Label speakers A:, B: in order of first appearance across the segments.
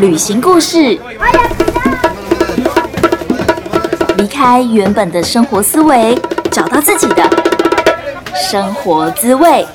A: 旅行故事，离开原本的生活思维，找到自己的生活滋味。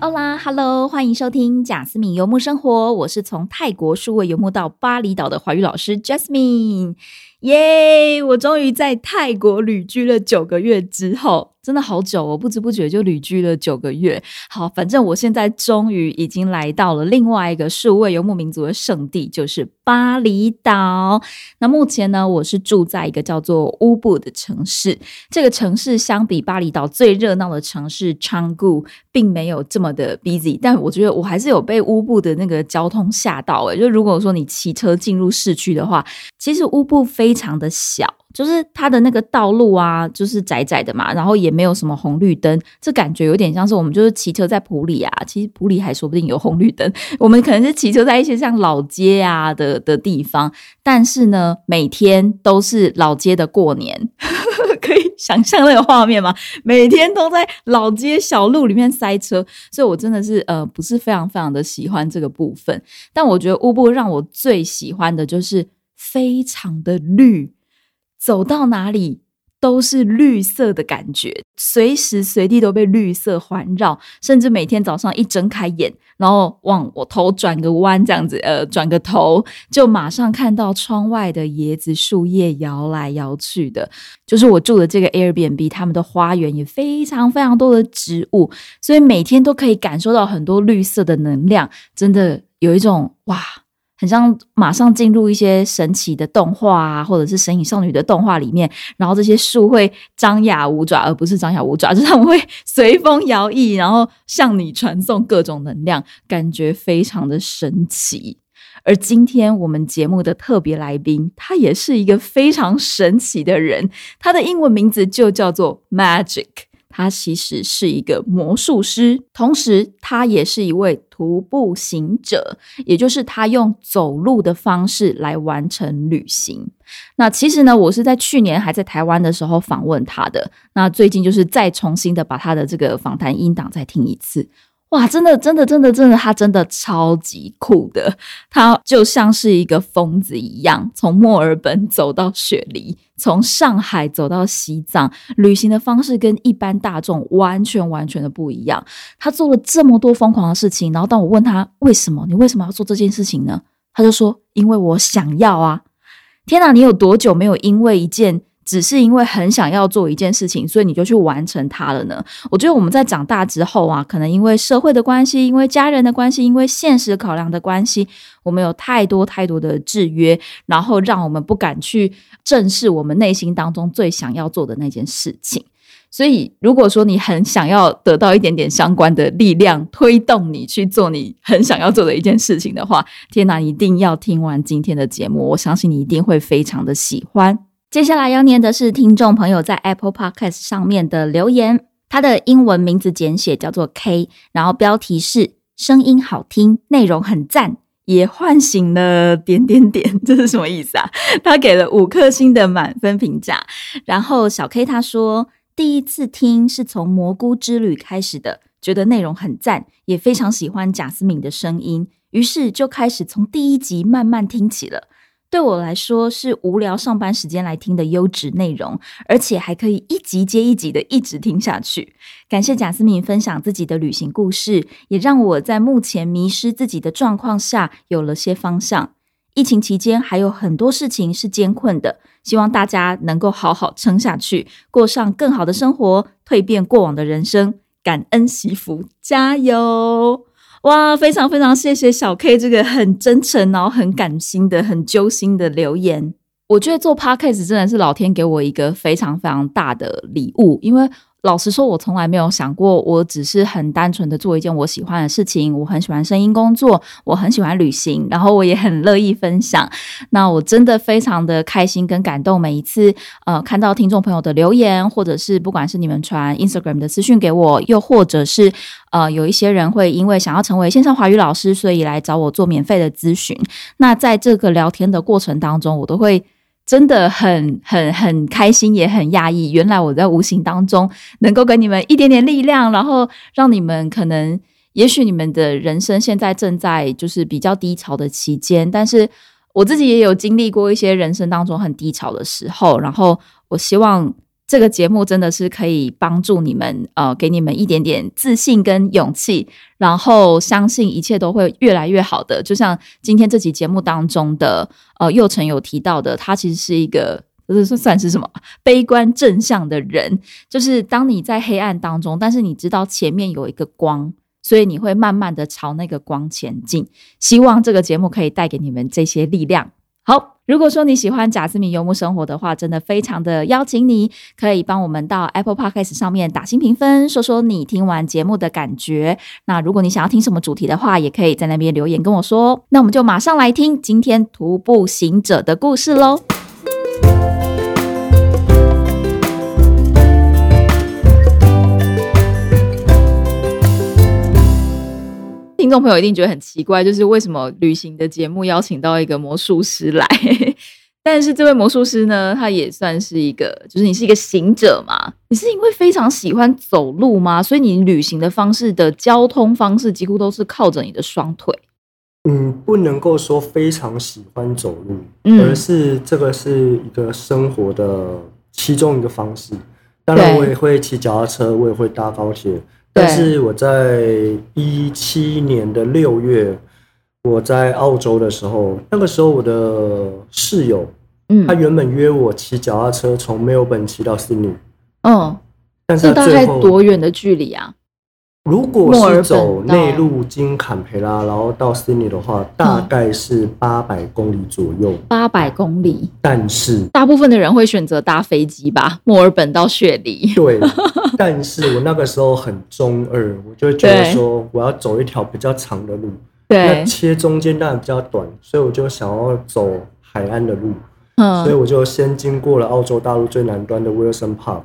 A: Hola, Hello，欢迎收听贾斯敏游牧生活，我是从泰国数位游牧到巴厘岛的华语老师 Jasmine。耶我终于在泰国旅居了九个月之后，真的好久哦，不知不觉就旅居了九个月。好，反正我现在终于已经来到了另外一个数位游牧民族的圣地，就是巴厘岛。那目前呢，我是住在一个叫做乌布的城市。这个城市相比巴厘岛最热闹的城市昌固，并没有这么的 busy，但我觉得我还是有被乌布的那个交通吓到、欸。就如果说你骑车进入市区的话，其实乌布非常的小，就是它的那个道路啊，就是窄窄的嘛，然后也没有什么红绿灯，这感觉有点像是我们就是骑车在普里啊，其实普里还说不定有红绿灯， 我们可能是骑车在一些像老街啊的的地方，但是呢，每天都是老街的过年， 可以想象那个画面吗？每天都在老街小路里面塞车，所以我真的是呃不是非常非常的喜欢这个部分。但我觉得乌布让我最喜欢的就是非常的绿，走到哪里都是绿色的感觉，随时随地都被绿色环绕，甚至每天早上一睁开眼，然后往我头转个弯这样子，呃，转个头就马上看到窗外的椰子树叶摇来摇去的，就是我住的这个 Airbnb，他们的花园也非常非常多的植物，所以每天都可以感受到很多绿色的能量，真的有一种哇，很像马上进入一些神奇的动画啊，或者是《神隐少女》的动画里面，然后这些树会张牙舞爪，而不是张牙舞爪， 就是它们会随风摇曳，然后向你传送各种能量，感觉非常的神奇。而今天我们节目的特别来宾，他也是一个非常神奇的人，他的英文名字就叫做 Magic。他其实是一个魔术师，同时他也是一位徒步行者，也就是他用走路的方式来完成旅行。那其实呢，我是在去年还在台湾的时候访问他的，那最近就是再重新的把他的这个访谈音档再听一次。哇，真的，真的，真的，真的，他真的超级酷的。他就像是一个疯子一样，从墨尔本走到雪梨，从上海走到西藏，旅行的方式跟一般大众完全完全的不一样。他做了这么多疯狂的事情，然后当我问他为什么，你为什么要做这件事情呢？他就说：“因为我想要啊！”天哪，你有多久没有因为一件只是因为很想要做一件事情，所以你就去完成它了呢？我觉得我们在长大之后啊，可能因为社会的关系，因为家人的关系，因为现实考量的关系，我们有太多太多的制约，然后让我们不敢去正视我们内心当中最想要做的那件事情。所以，如果说你很想要得到一点点相关的力量，推动你去做你很想要做的一件事情的话，天哪，你一定要听完今天的节目，我相信你一定会非常的喜欢。接下来要念的是听众朋友在 Apple Podcast 上面的留言，他的英文名字简写叫做 K，然后标题是“声音好听，内容很赞”。也唤醒了点点点， 这是什么意思啊？他给了五颗星的满分评价。然后小 K 他说，第一次听是从蘑菇之旅开始的，觉得内容很赞，也非常喜欢贾斯敏的声音，于是就开始从第一集慢慢听起了。对我来说是无聊上班时间来听的优质内容，而且还可以一集接一集的一直听下去。感谢贾斯敏分享自己的旅行故事，也让我在目前迷失自己的状况下有了些方向。疫情期间还有很多事情是艰困的，希望大家能够好好撑下去，过上更好的生活，蜕变过往的人生。感恩惜福，加油！哇，非常非常谢谢小 K 这个很真诚，然后很感性的、很揪心的留言。我觉得做 podcast 真的是老天给我一个非常非常大的礼物，因为老实说，我从来没有想过，我只是很单纯的做一件我喜欢的事情。我很喜欢声音工作，我很喜欢旅行，然后我也很乐意分享。那我真的非常的开心跟感动，每一次呃看到听众朋友的留言，或者是不管是你们传 Instagram 的私讯给我，又或者是呃有一些人会因为想要成为线上华语老师，所以来找我做免费的咨询。那在这个聊天的过程当中，我都会真的很很很开心，也很讶异。原来我在无形当中能够给你们一点点力量，然后让你们可能，也许你们的呃人生现在正在就是比较低潮的期间，但是我自己也有经历过一些人生当中很低潮的时候，然后我希望。这个节目真的是可以帮助你们，呃，给你们一点点自信跟勇气，然后相信一切都会越来越好的。就像今天这期节目当中的，呃，佑成有提到的，他其实是一个，就是算是什么悲观正向的人，就是当你在黑暗当中，但是你知道前面有一个光，所以你会慢慢的朝那个光前进。希望这个节目可以带给你们这些力量。好，如果说你喜欢贾斯敏游牧生活的话，真的非常的邀请你，可以帮我们到 Apple Podcast 上面打新评分，说说你听完节目的感觉。那如果你想要听什么主题的话，也可以在那边留言跟我说。哦那我们就马上来听今天徒步行者的故事喽。听众朋友一定觉得很奇怪，就是为什么旅行的节目邀请到一个魔术师来？但是这位魔术师呢，他也算是一个，就是你是一个行者嘛，你是因为非常喜欢走路吗？所以你旅行的方式的交通方式几乎都是靠着你的双腿。
B: 嗯，不能够说非常喜欢走路，
A: 嗯
B: 而是这个是一个生活的其中一个方式。当然，
A: 对
B: 我也会骑脚踏车，我也会搭高铁。但是我在一七年的六月，我在澳洲的时候，那个时候我的室友
A: 嗯
B: 他原本约我骑脚踏车从墨尔本骑到悉尼，
A: 嗯，
B: 但
A: 这
B: 是他
A: 大
B: 最
A: 概
B: 后
A: 多远的距离啊？
B: 如果
A: 墨尔
B: 是
A: 本
B: 走
A: 到
B: 内陆经坎培拉，然后到悉尼的话，大概是八百公里左右。
A: 八百公里，
B: 但是，
A: 大部分的人会选择搭飞机吧？墨尔本到雪梨，
B: 对，但是我那个时候很中二，我就觉得
A: 对
B: 说我要走一条比较长的路，那
A: 对，
B: 切中间当然比较短，所以我就想要走海岸的路，所以
A: 嗯，
B: 我就先经过了澳洲大陆最南端的 Wilson Park，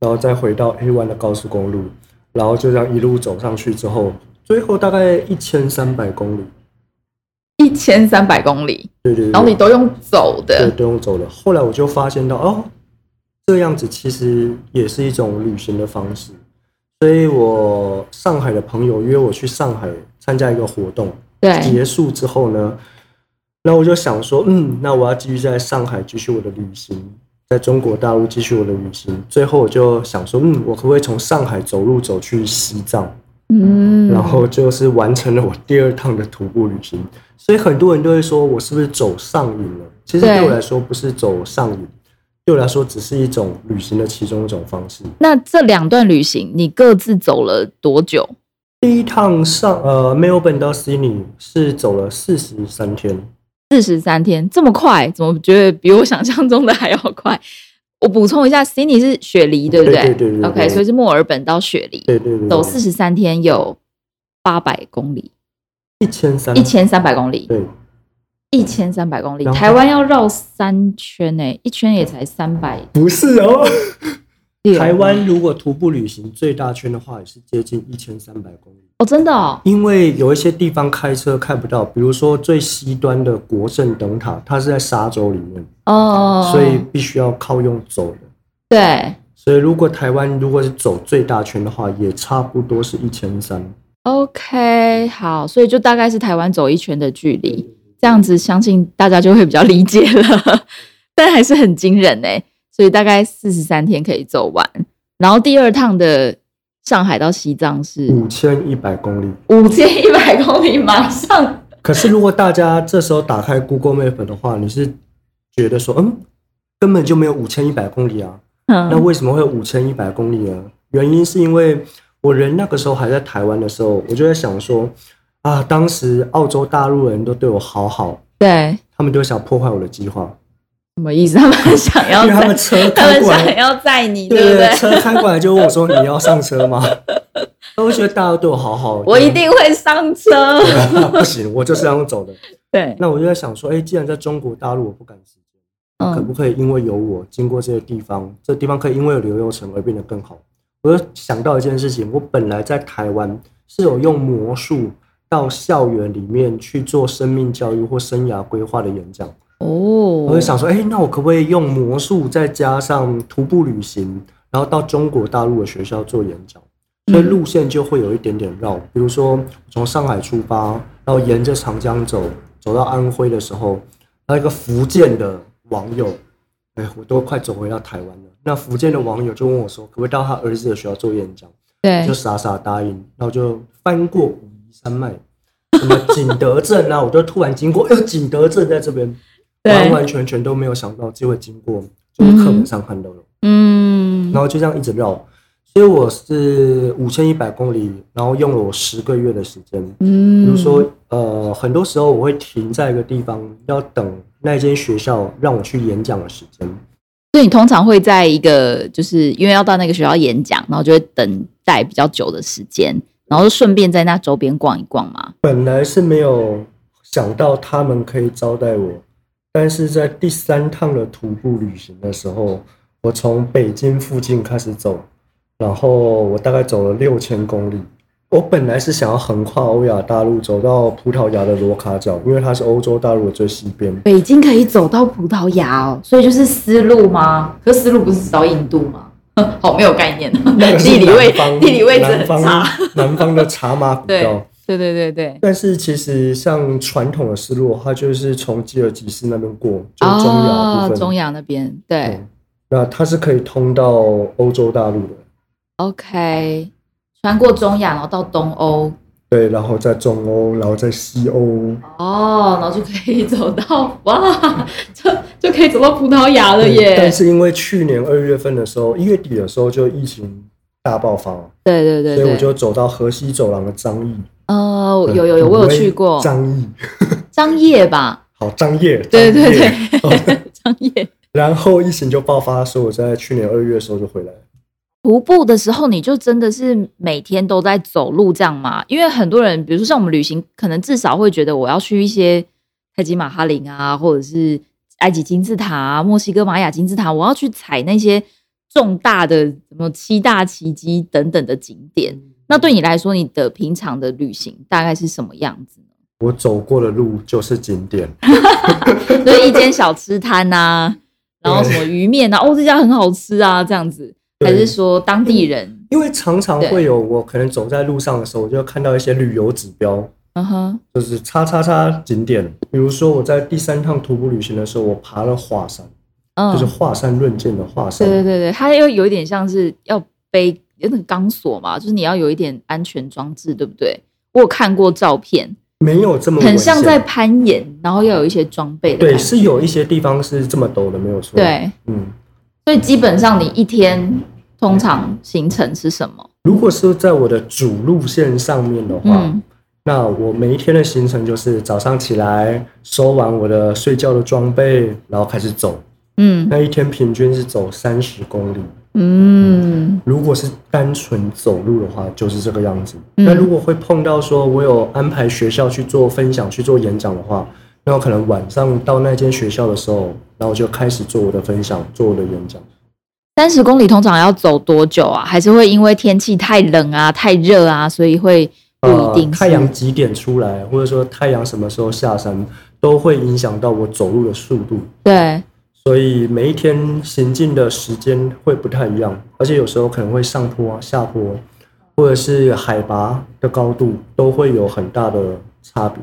B: 然后再回到 A 湾的高速公路，然后就这样一路走上去之后，最后大概一千三百公里。
A: 一千三百公里，
B: 对对对，
A: 然后你都用走
B: 对
A: 的，
B: 都用走了。后来我就发现到哦，这样子其实也是一种旅行的方式。所以我上海的朋友约我去上海参加一个活动，
A: 对，
B: 结束之后呢，那我就想说，嗯，那我要继续在上海继续我的旅行，在中国大陆继续我的旅行。最后我就想说，嗯，我可不可以从上海走路走去西藏？
A: 嗯，
B: 然后就是完成了我第二趟的徒步旅行。所以很多人都会说我是不是走上瘾了？其实
A: 对
B: 对我来说不是走上瘾，对我来说只是一种旅行的其中一种方式。
A: 那这两段旅行，你各自走了多久？
B: 第一趟上呃 Melbourne 到 Sydney 是走了四十三天，
A: 四十三天，这么快？怎么觉得比我想象中的还要快？我补充一下，Sydney 是雪梨，对不
B: 对对对对对
A: OK，所以是墨尔本到雪梨，
B: 对对对，
A: 走四十三天有八百公里，
B: 一千三
A: 一千三百公里，
B: 嗯对
A: 一千三百公里。
B: 然后
A: 台湾要绕三圈呢、一圈也才三百
B: 不是哦。
A: 六。
B: 台湾如果徒步旅行最大圈的话，也是接近一千三百公里。
A: 哦，真的哦，
B: 因为有一些地方开车看不到，比如说最西端的国政灯塔，它是在沙洲里面，
A: 哦，
B: 所以必须要靠用走的。
A: 对
B: 所以如果台湾如果是走最大圈的话，也差不多是一千三。
A: ，OK，好，所以就大概是台湾走一圈的距离。这样子相信大家就会比较理解了，但还是很惊人哎、所以大概四十三天可以走完，然后第二趟的上海到西藏是
B: 五千一百公里。
A: 五千一百公里，马上
B: 可是如果大家这时候打开 Google Map 的话，你是觉得说，嗯，根本就没有五千一百公里啊？那
A: 嗯
B: 为什么会有五千一百公里呢？原因是因为我人那个时候还在台湾的时候，我就在想说，啊，当时澳洲大陆人都对我好好，
A: 对
B: 他们都想破坏我的计划，
A: 什么意思？他们想要
B: 因为他
A: 载
B: 们车
A: 他
B: 开
A: 们
B: 过来，
A: 想要载你，
B: 对
A: 对不对
B: 对对，？车开过来就问我说：“你要上车 吗？”我觉得大家对我好好，
A: 我一定会上车。
B: 不行，我就是这样走的。
A: 对，
B: 那我就在想说，哎、既然在中国大陆我不赶时间，可
A: 嗯
B: 不可以因为有我经过这些地方，这地方可以因为有刘佑成而变得更好？我就想到一件事情，我本来在台湾是有用魔术到校园里面去做生命教育或生涯规划的演讲，
A: 哦，
B: 我就想说，哎、那我可不可以用魔术再加上徒步旅行，然后到中国大陆的学校做演讲？所以路线就会有一点点绕，比如说从上海出发，然后沿着长江走，走到安徽的时候，那个福建的网友，哎，我都快走回到台湾了。那福建的网友就问我说，可不可以到他儿子的学校做演讲？
A: 对
B: 就，傻傻答应，然后就翻过武夷山脉，什么景德镇啊，我就突然经过，哎呦，景德镇在这边，
A: 对
B: 完完全全都没有想到就会经过，就是课本上看到的，
A: 嗯
B: 然，后就这样一直绕，所以我是五千一百公里，然后用了我十个月的时间，比
A: 嗯，
B: 如说，呃，很多时候我会停在一个地方，要等那间学校让我去演讲的时间，
A: 所以你通常会在一个，就是因为要到那个学校演讲，然后就会等待比较久的时间，然后就顺便在那周边逛一逛嘛。
B: 本来是没有想到他们可以招待我，但是在第三趟的徒步旅行的时候，我从北京附近开始走，然后我大概走了六千公里。我本来是想要横跨欧亚大陆走到葡萄牙的罗卡角，因为它是欧洲大陆的最西边。
A: 北京可以走到葡萄牙哦，所以就是丝路吗？可是丝路不是只到印度吗？ 好没有概 念啊
B: 那个 是
A: 地理位
B: 南方
A: 地理位置
B: 南
A: 很
B: 方
A: 差。
B: 南方的茶马古
A: 对
B: 道。
A: 对对对对，
B: 但是其实像传统的思路，它就是从吉尔吉斯那边过，就
A: 哦，
B: 是中亚的部分。
A: 中亚那边对
B: 嗯那它是可以通到欧洲大陆的，
A: ，OK，穿过中亚，然后到东欧，
B: 对，然后在中欧，然后在西欧，
A: 哦，然后就可以走到哇，就就可以走到葡萄牙了
B: 对
A: 耶！
B: 但是因为去年二月份的时候，一月底的时候就疫情大爆发，
A: 对对对对，
B: 所以我就走到河西走廊的张掖。
A: 呃，有有有，我有去过
B: 嗯张掖，
A: 张掖 吧？
B: 好，张掖，
A: 对
B: 张掖哦
A: 对。 对，张掖
B: 然后疫情就爆发，所以我在去年二月的时候就回来了。
A: 徒步的时候，你就真的是每天都在走路这样吗？因为很多人，比如说像我们旅行，可能至少会觉得我要去一些泰姬玛哈林啊，或者是埃及金字塔、啊、墨西哥玛雅金字塔，我要去踩那些重大的什么七大奇迹等等的景点。
B: 嗯
A: 那对你来说，你的平常的旅行大概是什么样子呢？
B: 我走过的路就是景点，
A: 就是一间小吃摊呐、然后什么鱼面啊，哦，这家很好吃啊，这样子，
B: 对
A: 还是说当地人？
B: 因为常常
A: 对
B: 会有我可能走在路上的时候，我就看到一些旅游指标，
A: 嗯哼，
B: 就是叉叉叉景点。比如说我在第三趟徒步旅行的时候，我爬了华山，
A: 嗯，
B: 就是华山论剑的华山。
A: 对对对对，它又有一点像是要背有点钢索嘛，就是你要有一点安全装置，对不对？我有看过照片，
B: 没有这么
A: 很
B: 危
A: 像
B: 险
A: 在攀岩，然后要有一些装备的
B: 对，
A: 感觉。
B: 是有一些地方是这么陡的，没有错。，
A: 对，
B: 嗯，
A: 所以基本上你一天通常行程是什么？
B: 如果是在我的主路线上面的话，
A: 嗯，
B: 那我每一天的行程就是早上起来收完我的睡觉的装备，然后开始走。
A: 嗯
B: 那一天平均是走三十公里。
A: 嗯
B: 如果是单纯走路的话，就是这个样子。
A: 嗯
B: 那如果会碰到说我有安排学校去做分享、去做演讲的话，那我可能晚上到那间学校的时候，然后我就开始做我的分享、做我的演讲。
A: 三十公里通常要走多久啊？还是会因为天气太冷啊、太热啊，所以会不一定是、
B: 呃太阳几点出来，或者说太阳什么时候下山，都会影响到我走路的速度。
A: 对，
B: 所以每一天行进的时间会不太一样，而且有时候可能会上坡、啊、下坡，或者是海拔的高度都会有很大的差别。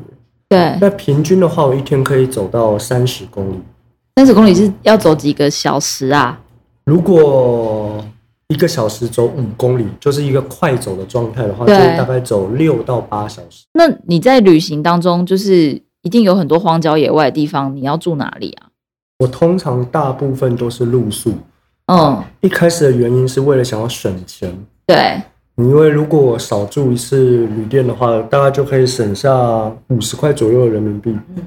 A: 对，
B: 那平均的话，我一天可以走到三十公里。
A: 三十公里是要走几个小时啊？
B: 如果一个小时走五公里，就是一个快走的状态的话，就
A: 对
B: 大概走六到八小时。
A: 那你在旅行当中，就是一定有很多荒郊野外的地方，你要住哪里啊？
B: 我通常大部分都是露宿。
A: 嗯，
B: 一开始的原因是为了想要省钱，
A: 对，
B: 因为如果少住一次旅店的话，大概就可以省下五十块左右的人民币，
A: 嗯，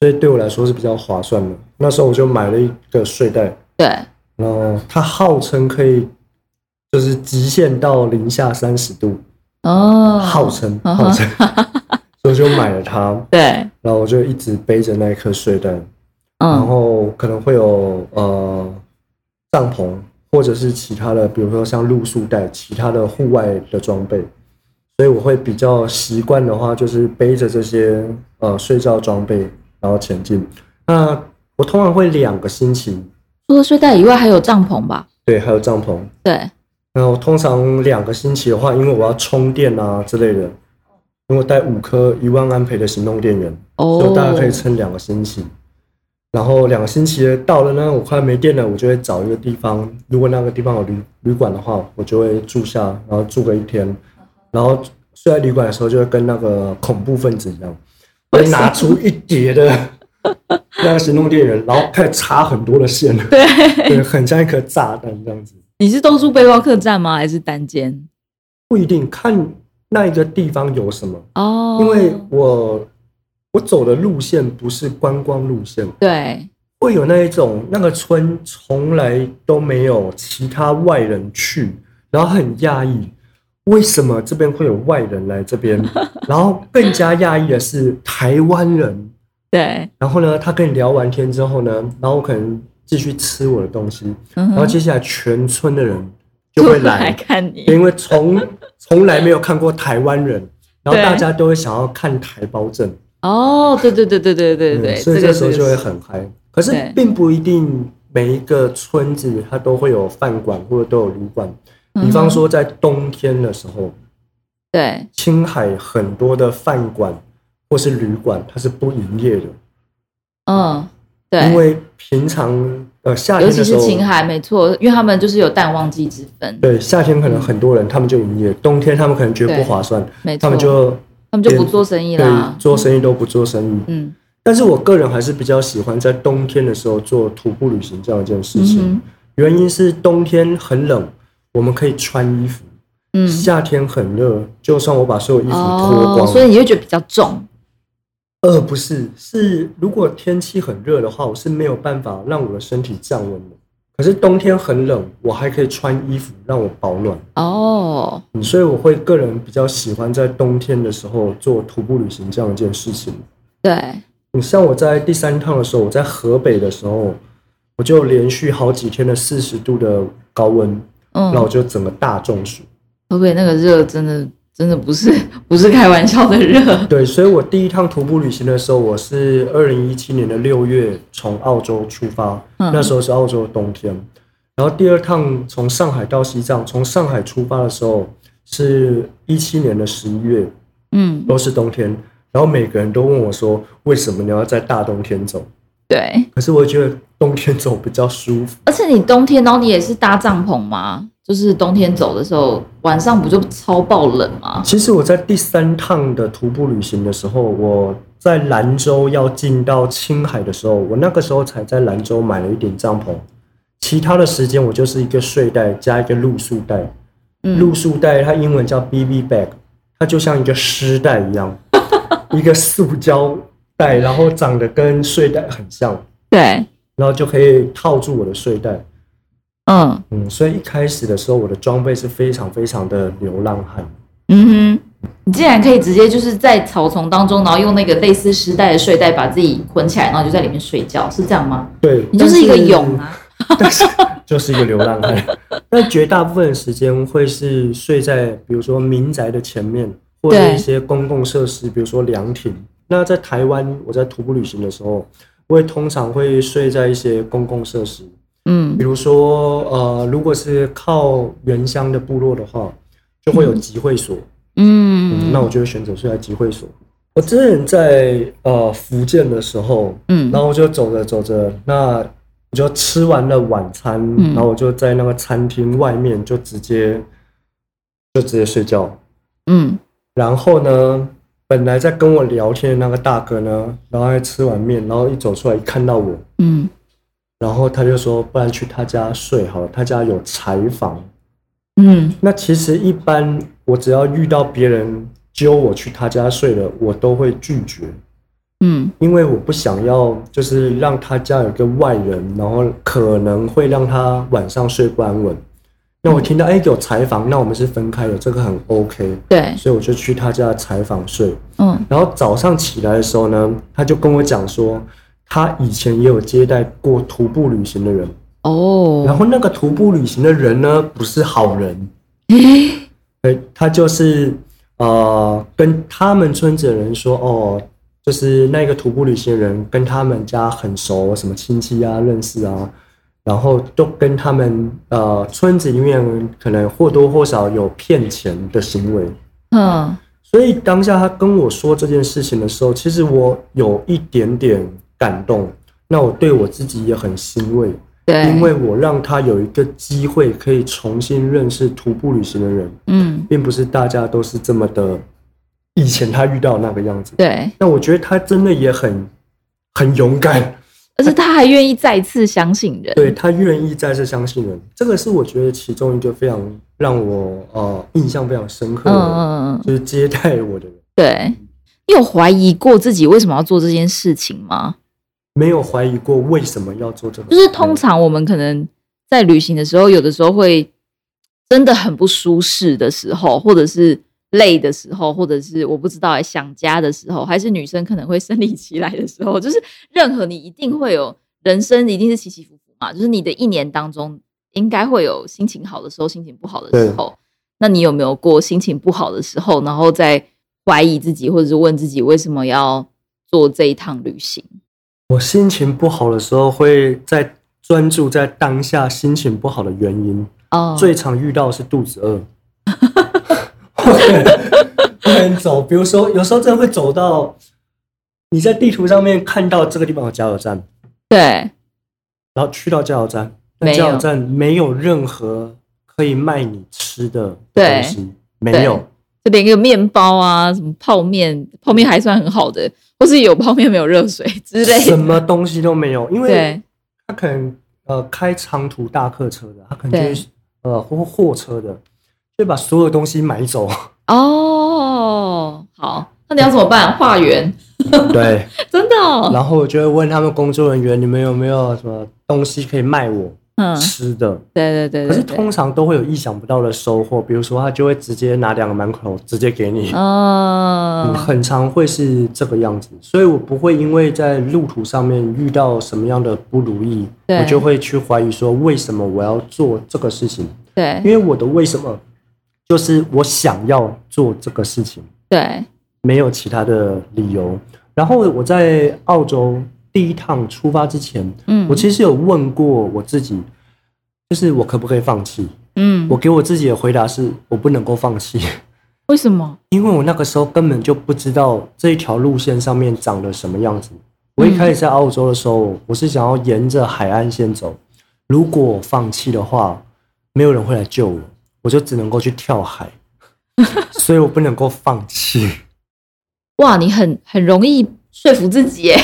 B: 所以对我来说是比较划算的。那时候我就买了一个睡袋，
A: 对，
B: 然后它号称可以就是极限到零下三十度，
A: 哦，
B: 号称
A: 嗯
B: 号 称，所以我就买了它，
A: 对，
B: 然后我就一直背着那一颗睡袋，然
A: 嗯，
B: 后可能会有呃帐篷或者是其他的，比如说像露宿带、其他的户外的装备，所以我会比较习惯的话，就是背着这些呃睡觉装备然后前进。那我我通常会两个星期，
A: 除了睡袋以外，还有帐篷吧？
B: 对，还有帐篷。
A: 对，
B: 那我通常两个星期的话，因为我要充电啊之类的，因为我带五颗一万安培的行动电源，所以
A: 哦
B: 我，大概可以撑两个星期。然后两个星期到了呢，我快没电了，我就会找一个地方，如果那个地方有旅旅馆的话，我就会住下，然后住个一天。然后睡在旅馆的时候，就会跟那个恐怖分子一样，我会拿出一叠的那个行动电源，然后开始插很多的线，
A: 对，
B: 对，很像一颗炸弹这样子。
A: 你是都住背包客栈吗？还是单间？
B: 不一定看那一个地方有什么，
A: 哦，
B: 因为我我走的路线不是观光路线，
A: 对，
B: 会有那一种那个村从来都没有其他外人去，然后很讶异，为什么这边会有外人来这边？然后更加讶异的是台湾人，
A: 对，
B: 然后呢，他跟你聊完天之后呢，然后我可能继续吃我的东西，
A: 嗯
B: 然后接下来全村的人就会 来。
A: 看你，
B: 因为从 从来没有看过台湾人，然后
A: 对
B: 大家都会想要看台胞证，
A: 哦，对对对对对对对，
B: 嗯所以
A: 这
B: 这
A: 个
B: 时候
A: 是
B: 就会很嗨。可是
A: 对
B: 并不一定每一个村子它都会有饭馆或者都有旅馆。
A: 嗯
B: 比方说在冬天的时候，
A: 对
B: 青海很多的饭馆或是旅馆它是不营业的，
A: 嗯对，
B: 因为平常呃夏
A: 尤
B: 天
A: 其
B: 的时
A: 是
B: 候。
A: 青海，没错，因为他们就是有淡旺季之分，
B: 对，夏天可能很多人，他们就营业；冬天他们可能觉得不
A: 对
B: 划算，
A: 没错，
B: 他们就
A: 他们就不
B: 连
A: 做生意
B: 对
A: 啦，
B: 做生意都不做生意。
A: 嗯
B: 但是我个人还是比较喜欢在冬天的时候做徒步旅行这样一件事
A: 嗯
B: 情。
A: 哼
B: 原因是冬天很冷，我们可以穿衣服；
A: 嗯，
B: 夏天很热，就算我把所有衣服脱
A: 哦，
B: 光，
A: 所以你会觉得比较重，
B: 呃，不是，是如果天气很热的话，我是没有办法让我的身体降温的。可是冬天很冷，我还可以穿衣服让我保暖，
A: 哦，
B: 嗯所以我会个人比较喜欢在冬天的时候做徒步旅行这样一件事情。
A: 对，
B: 你像我在第三趟的时候，我在河北的时候，我就连续好几天的四十度的高温，
A: 嗯，
B: 那我就整个大中暑。
A: 河北那个热真的真的不是 不是开玩笑的热，
B: 对，所以我第一趟徒步旅行的时候，我是二零一七年的六月从澳洲出发，
A: 嗯
B: 那时候是澳洲的冬天。然后第二趟从上海到西藏，从上海出发的时候是一七年的十一月，
A: 嗯，
B: 都是冬天。然后每个人都问我说，为什么你要在大冬天走？
A: 对，
B: 可是我觉得冬天走比较舒服。
A: 而且你冬天，然后你也是搭帐篷吗？就是冬天走的时候，晚上不就超爆冷吗？
B: 其实我在第三趟的徒步旅行的时候，我在兰州要进到青海的时候，我那个时候才在兰州买了一顶帐篷，其他的时间我就是一个睡袋加一个露宿袋。
A: 嗯
B: 露宿袋它英文叫 BB bag，它就像一个湿袋一样，一个塑胶袋，然后长得跟睡袋很像，
A: 对，
B: 然后就可以套住我的睡袋。
A: 嗯
B: 嗯，所以一开始的时候，我的装备是非常非常的流浪汉。
A: 嗯哼，你竟然可以直接就是在草丛当中，然后用那个类似湿袋的睡袋把自己捆起来，然后就在里面睡觉，是这样吗？
B: 对，
A: 你就是一个蛹啊，
B: 但是就是一个流浪汉。但绝大部分的时间会是睡在比如说民宅的前面，或者
A: 对
B: 一些公共设施，比如说凉亭。那在台湾，我在徒步旅行的时候，我也通常会睡在一些公共设施，
A: 嗯
B: 比如说呃，如果是靠原乡的部落的话，就会有集会所。嗯，
A: 嗯
B: 那我就会选择睡在集会所。我之前在呃福建的时候，
A: 嗯
B: 然后我就走着走着，那我就吃完了晚餐，
A: 嗯
B: 然后我就在那个餐厅外面就直接就直接睡觉。
A: 嗯，
B: 然后呢，本来在跟我聊天的那个大哥呢，然后他吃完面，然后一走出来一看到我，
A: 嗯，
B: 然后他就说，不然去他家睡好了，他家有柴房。
A: 嗯，
B: 那其实一般我只要遇到别人揪我去他家睡了，我都会拒绝，
A: 嗯，
B: 因为我不想要就是让他家有个外人，然后可能会让他晚上睡不安稳。那我听到哎、有柴房，那我们是分开的，这个很 OK，
A: 对，
B: 所以我就去他家的柴房睡。
A: 嗯，
B: 然后早上起来的时候呢，他就跟我讲说，他以前也有接待过徒步旅行的人，然
A: 哦，
B: 后那个徒步旅行的人呢不是好人。
A: 诶，
B: 对，他就是呃跟他们村子的人说，哦，就是那个徒步旅行的人跟他们家很熟，什么亲戚啊、认识啊，然后都跟他们呃村子里面可能或多或少有骗钱的行为。
A: 嗯
B: 所以当下他跟我说这件事情的时候，其实我有一点点感动，那我对我自己也很欣慰，
A: 对，
B: 因为我让他有一个机会可以重新认识徒步旅行的人，
A: 嗯
B: 并不是大家都是这么的以前他遇到的那个样子。
A: 对，
B: 那我觉得他真的也很很勇敢，
A: 而且他还愿意再次相信人，
B: 对他愿意再次相信人，这个是我觉得其中一个非常让我呃印象非常深刻
A: 嗯，
B: 的，
A: 嗯嗯嗯，
B: 就是接待我的人。
A: 对。你有怀疑过自己为什么要做这件事情吗？
B: 没有怀疑过为什么要做这个，
A: 就是通常我们可能在旅行的时候，有的时候会真的很不舒适的时候，或者是累的时候，或者是我不知道、欸、想家的时候，还是女生可能会生理期来的时候，就是任何你一定会有人生一定是起起伏伏嘛，就是你的一年当中应该会有心情好的时候，心情不好的时候。那你有没有过心情不好的时候，然后再怀疑自己，或者是问自己为什么要做这一趟旅行？
B: 我心情不好的时候，会在专注在当下心情不好的原因。
A: 哦
B: 最常遇到的是肚子饿， 会很走。比如说，有时候真的会走到你在地图上面看到这个地方有加油站，
A: 对，
B: 然后去到加油站，但
A: 没有
B: 加油站没有任何可以卖你吃的
A: 对
B: 东西，没有。
A: 就连个面包啊，什么泡面，泡面还算很好的，或是有泡面没有热水之类
B: 什
A: 的。
B: 么东西都没有，因为
A: 对
B: 他可能呃开长途大客车的，他可能就是呃或货车的，就把所有东西买 走。
A: 哦，好，那你要怎么办？化缘，
B: 对，
A: 真的、哦，
B: 然后我就会问他们工作人员，你们有没有什么东西可以卖我
A: 嗯，
B: 吃的？
A: 对对对
B: 可是
A: 对对，
B: 通常都会有意想不到的收获，比如说他就会直接拿两个馒头直接给你。嗯，
A: 哦，
B: 很常会是这个样子，所以我不会因为在路途上面遇到什么样的不如意，
A: 对
B: 我就会去怀疑说为什么我要做这个事情。因
A: 对
B: 为我的为什么就是我想要做这个事情，
A: 对，
B: 没有其他的理由。然后我在澳洲第一趟出发之前，
A: 嗯，
B: 我其实有问过我自己，就是我可不可以放弃？
A: 嗯
B: 我，给我自己的回答是我不能够放弃，
A: 为什么？
B: 因为我那个时候根本就不知道这一条路线上面长得什么样子。我一开始在澳洲的时候，我是想要沿着海岸线走，如果我放弃的话，没有人会来救我，我就只能够去 跳海，所以我不能够放弃。
A: 哇，你很很容易说服自己耶，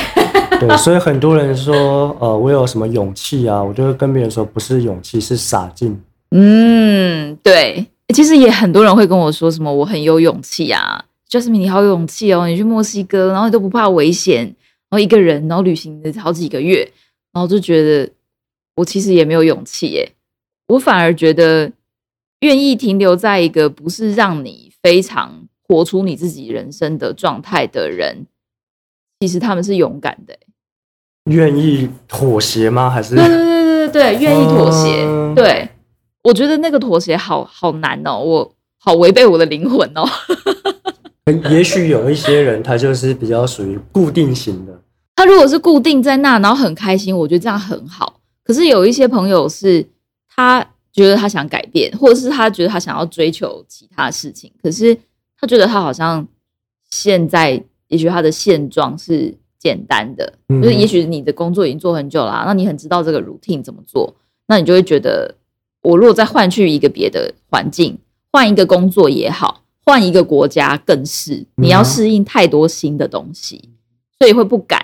B: 对，所以很多人说，呃，我有什么勇气啊？我就会跟别人说，不是勇气，是傻劲。
A: 嗯，对，其实也很多人会跟我说什么我很有勇气啊，Jasmine 你好有勇气哦，你去墨西哥，然后你都不怕危险，然后一个人，然后旅行了好几个月，然后就觉得我其实也没有勇气耶，我反而觉得愿意停留在一个不是让你非常活出你自己人生的状态的人，其实他们是勇敢的耶，
B: 愿意妥协吗？ 还是
A: 对对对对对，对，愿意妥协。
B: 嗯
A: 对，我觉得那个妥协好好难哦，我好违背我的灵魂哦。
B: 也许有一些人，他就是比较属于固定型的。
A: 他如果是固定在那，然后很开心，我觉得这样很好。可是有一些朋友是他觉得他想改变，或者是他觉得他想要追求其他事情，可是他觉得他好像现在也许他的现状是简单的，
B: 嗯
A: 就是也许你的工作已经做很久啦、那你很知道这个 routine 怎么做，那你就会觉得我如果再换去一个别的环境，换一个工作也好，换一个国家更是，你要
B: 嗯
A: 适应太多新的东西。所以会不敢。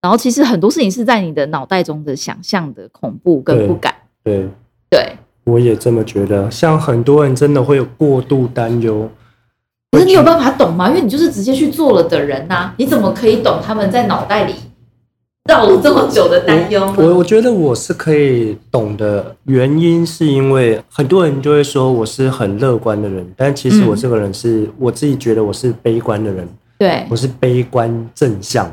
A: 然后其实很多事情是在你的脑袋中的想象的恐怖跟不敢。
B: 对，
A: 对，
B: 我也这么觉得。像很多人真的会有过度担忧，
A: 可是你有办法懂吗？因为你就是直接去做了的人呐、你怎么可以懂他们在脑袋里绕了这么久的担忧
B: 我
A: 呢？
B: 我觉得我是可以懂的，原因是因为很多人就会说我是很乐观的人，但其实我
A: 嗯
B: 这个人是、我自己觉得我是悲观的人，
A: 对
B: 我，是悲观正向。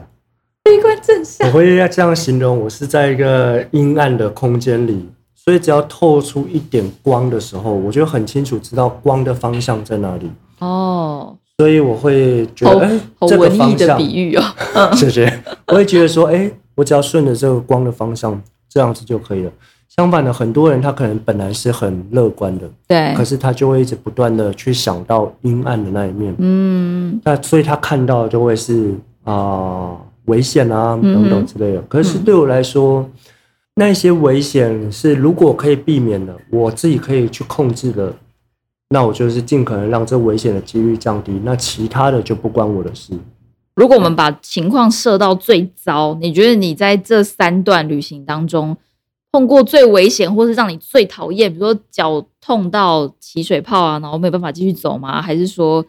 A: 悲观正
B: 我
A: 向。
B: 会要这样形容，我是在一个阴暗的空间里，所以只要透出一点光的时候，我就很清楚知道光的方向在哪里。
A: 哦，
B: 所以我会觉
A: 好
B: 得，哎、
A: 好
B: 这个
A: 文艺
B: 方
A: 的
B: 向，
A: 比喻哦。
B: 谢谢。我会觉得说，哎、我只要顺着这个光的方向，这样子就可以了。相反的，很多人他可能本来是很乐观的，
A: 对
B: 可，是他就会一直不断的去想到阴暗的那一面，
A: 嗯，
B: 那所以他看到的就会是啊、危险啊
A: 嗯哼
B: 等等之类的。可是
A: 嗯
B: 对我来说，那些危险是如果可以避免的，我自己可以去控制的，那我就是尽可能让这危险的几率降低。那其他的就不关我的事。
A: 如果我们把情况设到最糟，你觉得你在这三段旅行当中碰过最危险，或是让你最讨厌，比如说脚痛到起水泡啊，然后没有办法继续走吗？还是说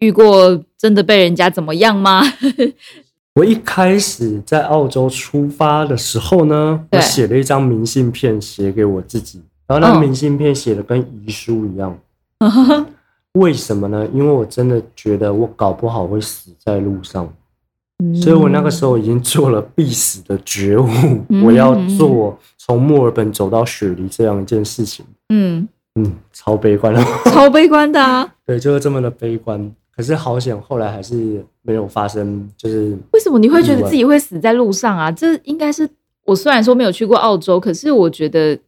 A: 遇过真的被人家怎么样吗？
B: 我一开始在澳洲出发的时候呢，
A: 对
B: 我写了一张明信片写给我自己，然后那
A: 嗯
B: 明信片写的跟遗书一 样。为什么呢？因为我真的觉得我搞不好会死在路上，所以我那个时候已经做了必死的觉悟，
A: 嗯
B: 我要做从墨尔本走到雪梨这样一件事情。
A: 嗯，
B: 嗯，超悲 观了，
A: 超悲观的啊！
B: 对，就是这么的悲观。可是好险，后来还是没有发生，就是
A: 为什么你会觉得自己会死在路上啊？这应该是我虽然说没有去过澳洲，可是我觉得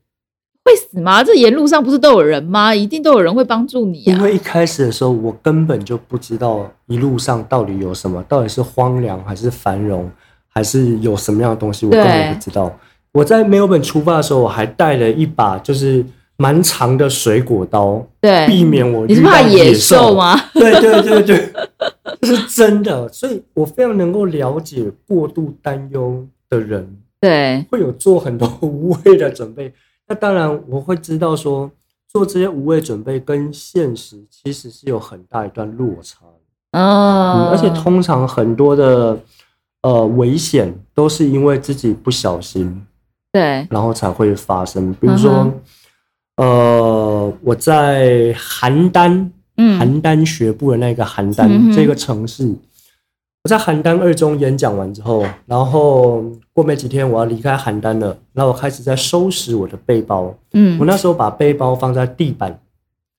A: 会死吗？这沿路上不是都有人吗？一定都有人会帮助你
B: 因
A: 啊！
B: 为一开始的时候，我根本就不知道一路上到底有什么，到底是荒凉还是繁荣，还是有什么样的东西，我
A: 对
B: 根本不知道。我在墨尔本出发的时候，我还带了一把就是蛮长的水果刀，
A: 对，
B: 避免我
A: 你是
B: 遇到
A: 怕
B: 野
A: 野兽？吗？
B: 对对对对， 这是真的，所以我非常能够了解过度担忧的人
A: 对，
B: 会有做很多 无谓的准备。那当然，我会知道说，做这些无谓准备跟现实其实是有很大一段落差的。
A: 嗯
B: 嗯，而且通常很多的呃危险都是因为自己不小心，
A: 对，
B: 然后才会发生。比如说
A: 嗯，
B: 呃，我在邯郸，
A: 嗯
B: 邯郸学步的那个邯郸、
A: 嗯哼
B: 这个城市，我在邯郸二中演讲完之后，然后过没几天我要离开邯郸了，然后我开始在收拾我的背包。我
A: 嗯，
B: 那时候把背包放在地板，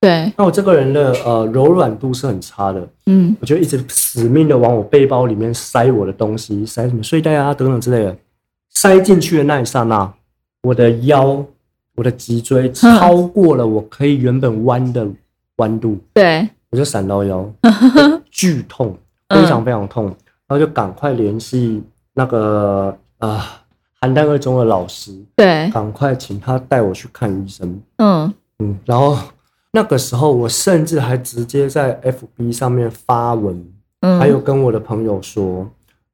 A: 对，
B: 那我这个人的呃柔软度是很差的，
A: 嗯
B: 我就一直死命的往我背包里面塞我的东西，塞什么睡袋啊等等之类的。塞进去的那一刹那，我的腰、我的脊椎超过了我可以原本弯的弯度。
A: 对，
B: 我就闪到腰，剧痛，非常非常痛，然后就赶快联系那个啊邯郸二中的老师，
A: 对，
B: 赶快请他带我去看医生。
A: 嗯，
B: 嗯，然后那个时候我甚至还直接在 FB 上面发文，
A: 嗯，
B: 还有跟我的朋友说，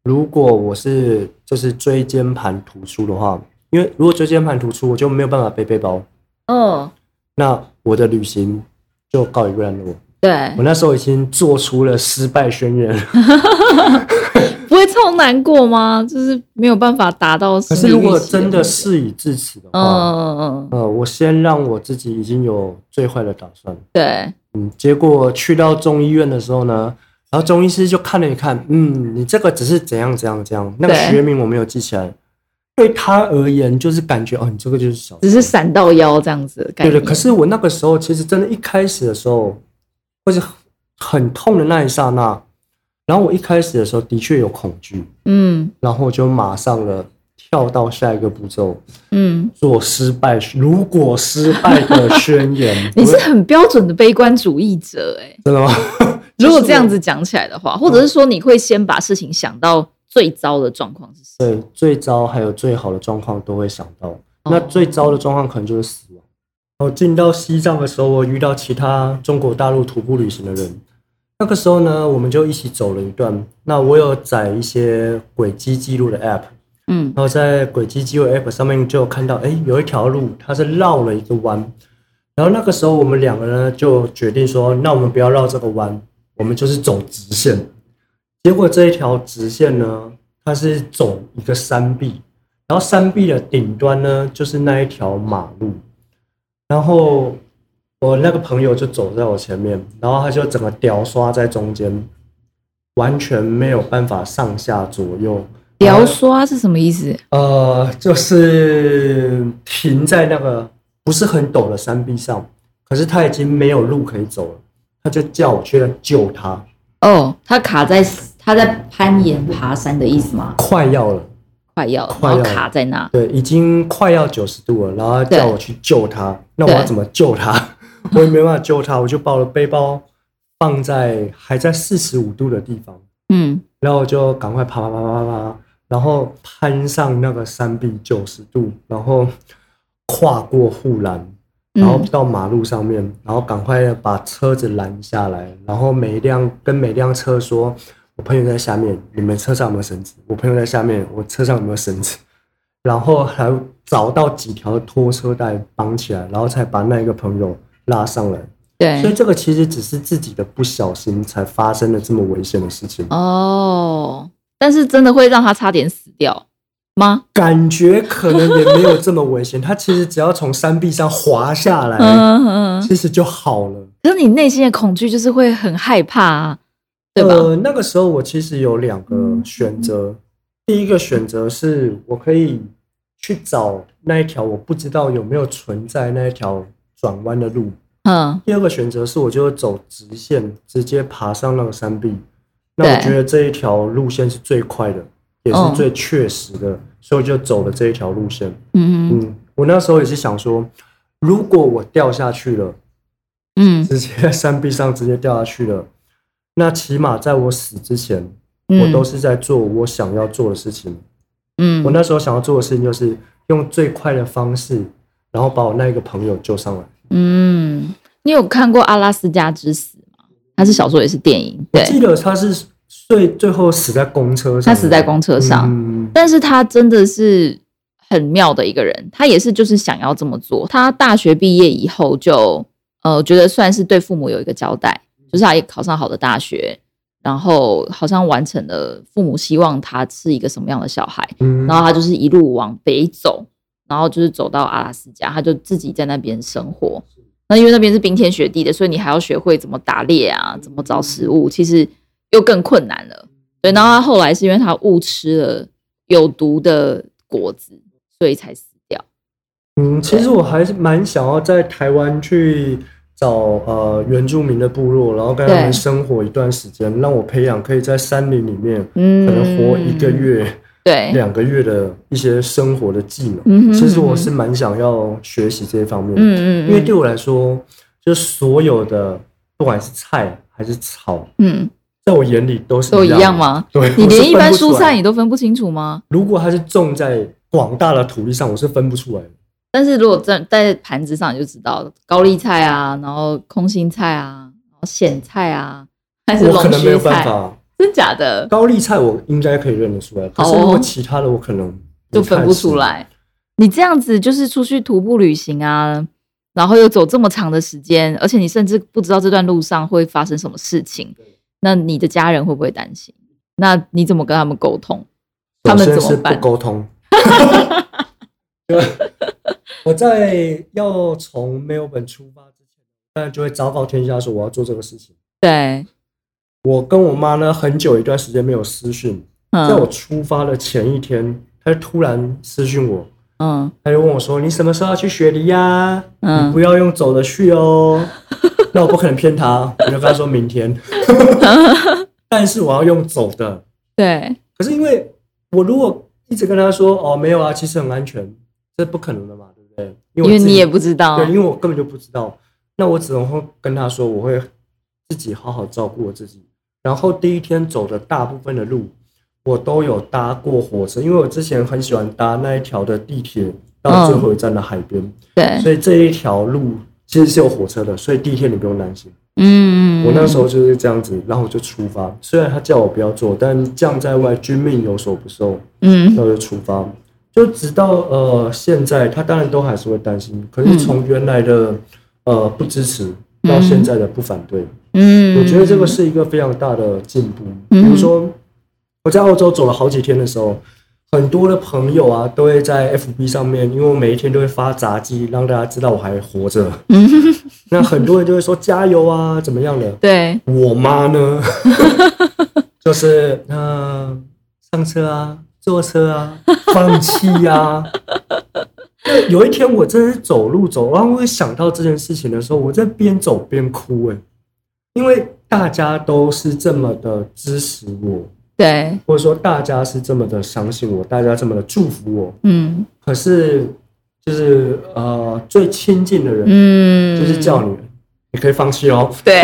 B: 如果我是就是椎间盘突出的话，因为如果椎间盘突出，我就没有办法背背包，
A: 嗯，
B: 那我的旅行就告一个段落。
A: 对，
B: 我那时候已经做出了失败宣言，
A: 不会超难过吗？就是没有办法达到
B: 可
A: 心
B: 是
A: 理预期目标。
B: 如果真的事已至此的
A: 嗯，
B: 话，
A: 嗯嗯嗯，
B: 呃，我先让我自己已经有最坏的打算。
A: 对，
B: 嗯，结果去到中医院的时候呢，然后中医师就看了一看，嗯，你这个只是怎样怎样怎样，那个
A: 对
B: 学名我没有记起来。对他而言，就是感觉哦，你这个就是小，
A: 只是闪到腰这样子的概
B: 对
A: 念。
B: 对。可是我那个时候其实真的，一开始的时候，或者很痛的那一刹那，然后我一开始的时候的确有恐惧，
A: 嗯
B: 然后我就马上了跳到下一个步骤，
A: 嗯，，
B: 做失败。如果失败的宣言
A: 你是
B: 我
A: 很标准的悲观主义者哎、
B: 真的吗？
A: 如果这样子讲起来的话，或者是说你会先把事情想到最糟的状况是什么？
B: 对，最糟还有最好的状况都会想到。
A: 哦
B: 那最糟的状况可能就是死亡。我进到西藏的时候，我遇到其他中国大陆徒步旅行的人。那个时候呢，我们就一起走了一段。那我有载一些轨迹记录的 App，
A: 嗯
B: 然后在轨迹记录 App 上面就看到，哎，有一条路它是绕了一个弯。然后那个时候我们两个呢就决定说，那我们不要绕这个弯，我们就是走直线。结果这一条直线呢，它是走一个山壁，然后山壁的顶端呢就是那一条马路。然后我那个朋友就走在我前面，然后他就整个吊刷在中间，完全没有办法上下左右。
A: 聊刷是什么意思？
B: 呃，就是停在那个不是很陡的山壁上，可是他已经没有路可以走了，他就叫我去救他。
A: 哦，他卡在他在攀岩爬山的意思吗？
B: 快要了，
A: 快要，
B: 快
A: 然
B: 要
A: 后卡在那，
B: 对，已经快要九十度了，然后他
A: 对
B: 叫我去救他，那我要
A: 对
B: 怎么救他？ 我也没办法救他，我就把我的背包放在还在四十五度的地方，
A: 嗯，
B: 然后我就赶快爬爬爬爬爬，然后攀上那个山壁九十度，然后跨过护栏，
A: 嗯
B: 然后到马路上面，然后赶快把车子拦下来，然后每一辆跟每辆车说，我朋友在下面，你们车上有没有绳子？我朋友在下面，我车上有没有绳子？然后还找到几条拖车带绑起来，然后才把那一个朋友拉上来。所以
A: 对，
B: 这个其实只是自己的不小心才发生了这么危险的事情。
A: 哦，但是真的会让他差点死掉吗？
B: 感觉可能也没有这么危险，他其实只要从山壁上滑下来，
A: 嗯嗯，
B: 其实就好了。
A: 可是你内心的恐惧就是会很害怕啊，对吧？嗯
B: 呃，那个时候我其实有两个选择，第一个选择是我可以去找那一条我不知道有没有存在那一条转弯的路，
A: 嗯，
B: 第二个选择是我就走直线，直接爬上那个山壁。那
A: 对
B: 我觉得这一条路线是最快的，也
A: 嗯
B: 是最确实的，所以我就走了这一条路线。
A: 嗯
B: 嗯，我那时候也是想说，如果我掉下去了，
A: 嗯
B: 直接在山壁上直接掉下去了，那起码在我死之前，
A: 嗯，
B: 我都是在做我想要做的事情。
A: 嗯，
B: 我那时候想要做的事情就是用最快的方式，然后把我那一个朋友救上来。
A: 嗯，你有看过《阿拉斯加之死》吗？它是小说也是电影，
B: 我
A: 对，
B: 记得他是最最后死在公车上，
A: 他死在公车上，
B: 嗯，
A: 但是他真的是很妙的一个人，他也是就是想要这么做。他大学毕业以后就呃，觉得算是对父母有一个交代，就是他也考上好的大学，然后好像完成了父母希望他是一个什么样的小孩，
B: 嗯
A: 然后他就是一路往北走，然后就是走到阿拉斯加，他就自己在那边生活。那因为那边是冰天雪地的，所以你还要学会怎么打猎啊，怎么找食物，其实又更困难
B: 嗯
A: 了。对，然后他后来是因为他误吃了有毒的果子，所以才死掉。
B: 嗯，其实我还是蛮想要在台湾去找呃原住民的部落，然后跟他
A: 对
B: 们生活一段时间，让我培养可以在山林里面可
A: 嗯，
B: 能活一个。月、
A: 对，
B: 两个月的一些生活的技能。
A: 嗯哼
B: 其实我是蛮想要学习这一方面的，
A: 嗯嗯，
B: 因为对
A: 就
B: 我来说，就所有的不管是菜还是草，
A: 嗯
B: 在我眼里都是
A: 都一
B: 样
A: 样
B: 的？
A: 吗？
B: 对，
A: 你
B: 我是
A: 连一
B: 分
A: 般
B: 不出
A: 蔬
B: 来
A: 菜你都分不清楚吗？
B: 如果它是种在广大的土地上，我是分不出来的。
A: 但是如果在在盘子上，你就知道了，高丽菜啊，
B: 嗯
A: 然后空心菜啊，然后苋菜啊，还是
B: 我可
A: 龙
B: 能没
A: 须
B: 有办
A: 菜，
B: 法。
A: 真假的
B: 高丽菜我应该可以认得出来，可是如果其他的我可能
A: 哦 就分不出。来。你这样子就是出去徒步旅行啊，然后又走这么长的时间，而且你甚至不知道这段路上会发生什么事情，那你的家人会不会担心？那你怎么跟他们沟通？他们
B: 首
A: 怎么
B: 先是不
A: 办？
B: 沟 通。对，我在要从墨尔本出发之前，当然就会昭告天下说我要做这个事情。
A: 对，
B: 我跟我妈呢，很久一段时间没有私讯，在我
A: 嗯
B: 出发的前一天，她就突然私讯我，
A: 嗯
B: 她就问我说：“你什么时候要去雪梨呀、你
A: 嗯
B: 不要用走的 去哦。那我不可能骗他，我就跟他说明天。但是我要用走的。
A: 对，
B: 可是因为我如果一直跟他说哦没有啊，其实很安全，这不可能的嘛，对不对？
A: 因为
B: 因我自己
A: 你也不知道
B: 对，，因为我根本就不知道。那我只能会跟他说，我会自己好好照顾我自己。然后第一天走的大部分的路，我都有搭过火车，因为我之前很喜欢搭那一条的地铁到最后一站的海边。
A: 对，
B: 所以这一条路其实是有火车的，所以第一天你不用担心。
A: 嗯，
B: 我那时候就是这样子，然后我就出发。虽然他叫我不要做，但将在外，君命有所不受，
A: 嗯
B: 那我就出发。就直到呃现在，他当然都还是会担心，可是
A: 嗯
B: 从原来的呃不支持到现在的不反对，
A: 嗯，
B: 我觉得这个是一个非常大的进步。
A: 嗯
B: 比如说，我在澳洲走了好几天的时候，很多的朋友啊都会在 FB 上面，因为我每一天都会发杂技，让大家知道我还活着。
A: 嗯
B: 那很多人就会说加油啊，怎么样的？
A: 对，
B: 我妈呢， 就是呃上车啊，坐车啊，放弃啊。就有一天我真的是欸走路走，然后我想到这件事情的时候，我在边走边哭哎、因为大家都是这么的支持我，
A: 对，
B: 或者说大家是这么的相信我，大家这么的祝福我，
A: 嗯
B: 可是就是呃最亲近的人
A: 嗯，
B: 就是叫你，你可以放弃哦。
A: 对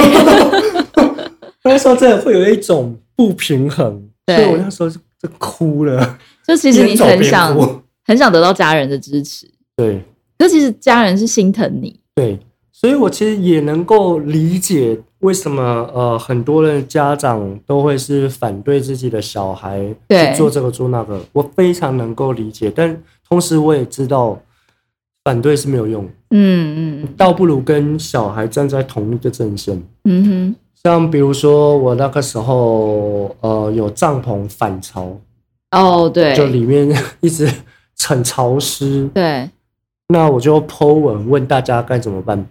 B: 那时候真的会有一种不平衡，
A: 对
B: 所以我那时候就就哭了，
A: 就其实
B: 边
A: 你
B: 走
A: 很
B: 边
A: 想
B: 哭。
A: 很想得到家人的支持，
B: 对
A: 可其实家人是心疼你，
B: 对，所以我其实也能够理解为什么呃很多人家长都会是反对自己的小孩
A: 对
B: 去做这个做那个，我非常能够理解，但同时我也知道反对是没有用的，
A: 嗯嗯
B: 倒不如跟小孩站在同一个阵线。
A: 嗯
B: 像比如说，我那个时候，呃，有帐篷反潮，
A: 哼，哦对，
B: 就里面一直很潮湿。
A: 对，
B: 那我就 Po 文问大家该怎么办。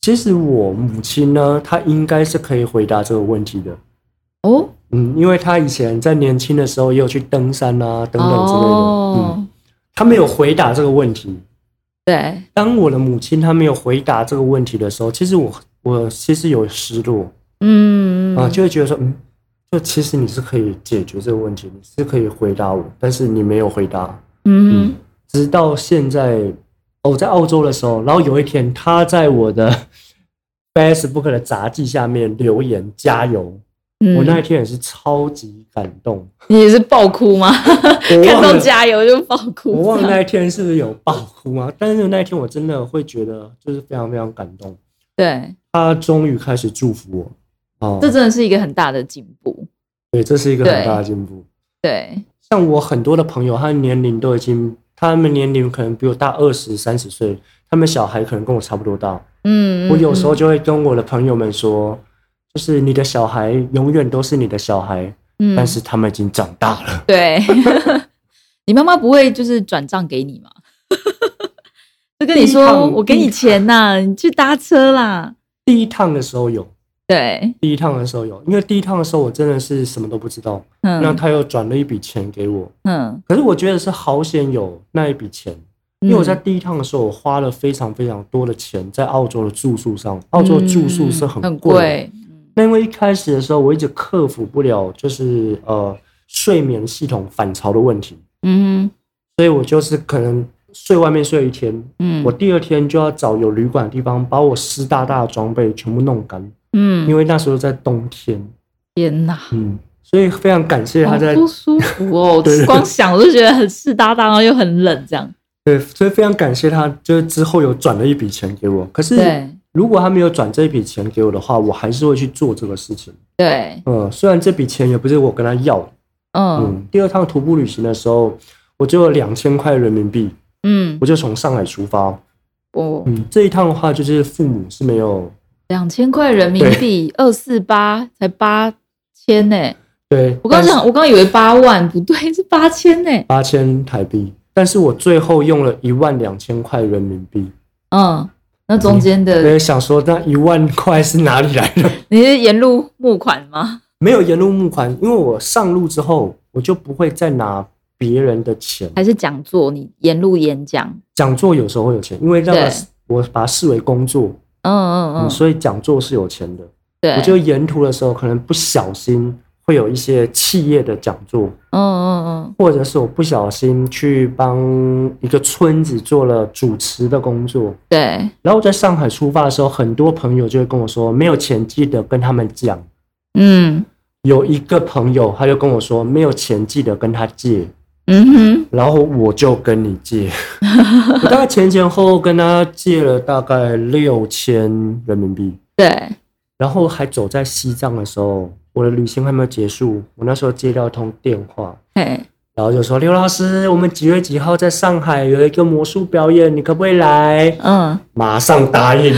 B: 其实我母亲呢，她应该是可以回答这个问题的。
A: 哦
B: 嗯，因为她以前在年轻的时候也有去登山啊，等等之类的。嗯，
A: 哦，
B: 她没有回答这个问题。
A: 对，
B: 当我的母亲她没有回答这个问题的时候，其实我我其实有失落。
A: 嗯
B: 啊，就会觉得说，嗯，就其实你是可以解决这个问题，你是可以回答我，但是你没有回答。
A: 嗯哼
B: 直到现在，哦我在澳洲的时候，然后有一天他在我的 Facebook 的杂记下面留言加油，
A: 嗯，
B: 我那一天也是超级感 动。
A: 你也是爆哭吗？
B: 我
A: 看
B: 忘
A: 到
B: 了，
A: 加油就爆哭，
B: 我忘了那一天是不是有爆哭啊？ 但是那一天我真的会觉得就是非常非常感动。
A: 对，
B: 他终于开始祝福我，哦，
A: 这真的是一个很大的进步，
B: 对，这是一个很
A: 对
B: 大的进步。
A: 对，
B: 像我很多的朋友，他的年龄都已经，他们年龄可能比我大二十三十岁，他们小孩可能跟我差不多大。
A: 嗯，
B: 我有时候就会跟我的朋友们说，就是你的小孩永远都是你的小孩，
A: 嗯，嗯
B: 但是他们已经长大了。
A: 对， 你妈妈不会就是转账给你吗？ 就跟你
B: 第一
A: 说，
B: 趟
A: 我给你钱呐、你去搭车啦。
B: 第一趟的时候有，
A: 对，
B: 第一趟的时候有，因为第一趟的时候我真的是什么都不知道，那
A: 嗯
B: 他又转了一笔钱给我，
A: 嗯，
B: 可是我觉得是好险有那一笔钱，因为我在第一趟的时候，我花了非常非常多的钱在澳洲的住宿上，澳洲的住宿是
A: 嗯很
B: 贵的。
A: 贵，嗯
B: 那因为一开始的时候，我一直克服不了，就是呃睡眠系统反潮的问题，
A: 嗯
B: 所以我就是可能睡外面睡一天，
A: 嗯，
B: 我第二天就要找有旅馆的地方把我湿哒哒的装备全部弄干，
A: 嗯
B: 因，为那时候在冬天，
A: 天哪，
B: 嗯，所以非常感谢他
A: 好
B: 在
A: 不舒服哦
B: 对，
A: 光想我就觉得很湿哒哒，然后又很冷，这样。
B: 对，所以非常感谢他，就是之后有转了一笔钱给我。可是
A: 对
B: 如果他没有转这一笔钱给我的话，我还是会去做这个事情。
A: 对，
B: 嗯，虽然这笔钱也不是我跟他要的，
A: 嗯
B: 嗯，第二趟徒步旅行的时候，我就有两千块人民币，
A: 嗯，
B: 我就从上海出发。
A: 我
B: 嗯，这一趟的话，就是父母是没有
A: 两千块人民币，二四八才八千呢。
B: 对，
A: 我刚想，我刚以为八万，不对，是八千呢。
B: 八千台币，但是我最后用了一万两千块人民币。
A: 嗯，那中间
B: 我
A: 的
B: 也想说，那一万块是哪里来的？
A: 你是沿路募款吗？
B: 没有沿路募款，因为我上路之后，我就不会再拿别人的钱。
A: 还是讲座？你沿路演讲？
B: 讲座有时候会有钱，因为让
A: 对
B: 我我把它视为工作，
A: 嗯嗯
B: 嗯
A: 嗯，
B: 所以讲座是有钱的。
A: 对，
B: 我就沿途的时候，可能不小心会有一些企业的讲座，
A: 嗯嗯
B: 或者是我不小心去帮一个村子做了主持的工作。
A: 嗯，对，
B: 然后我在上海出发的时候，很多朋友就会跟我说，没有钱记得跟他们讲。
A: 嗯
B: 有一个朋友他就跟我说，没有钱记得跟他借。
A: 嗯哼，
B: 然后我就跟你借，我大概前前后后跟他借了大概六千人民币，
A: 对，
B: 然后还走在西藏的时候，我的旅行还没有结束，我那时候接到一通电话，
A: 嘿，
B: 然后就说刘老师，我们几月几号在上海有一个魔术表演，你可不可以来？
A: 嗯
B: 马上答应。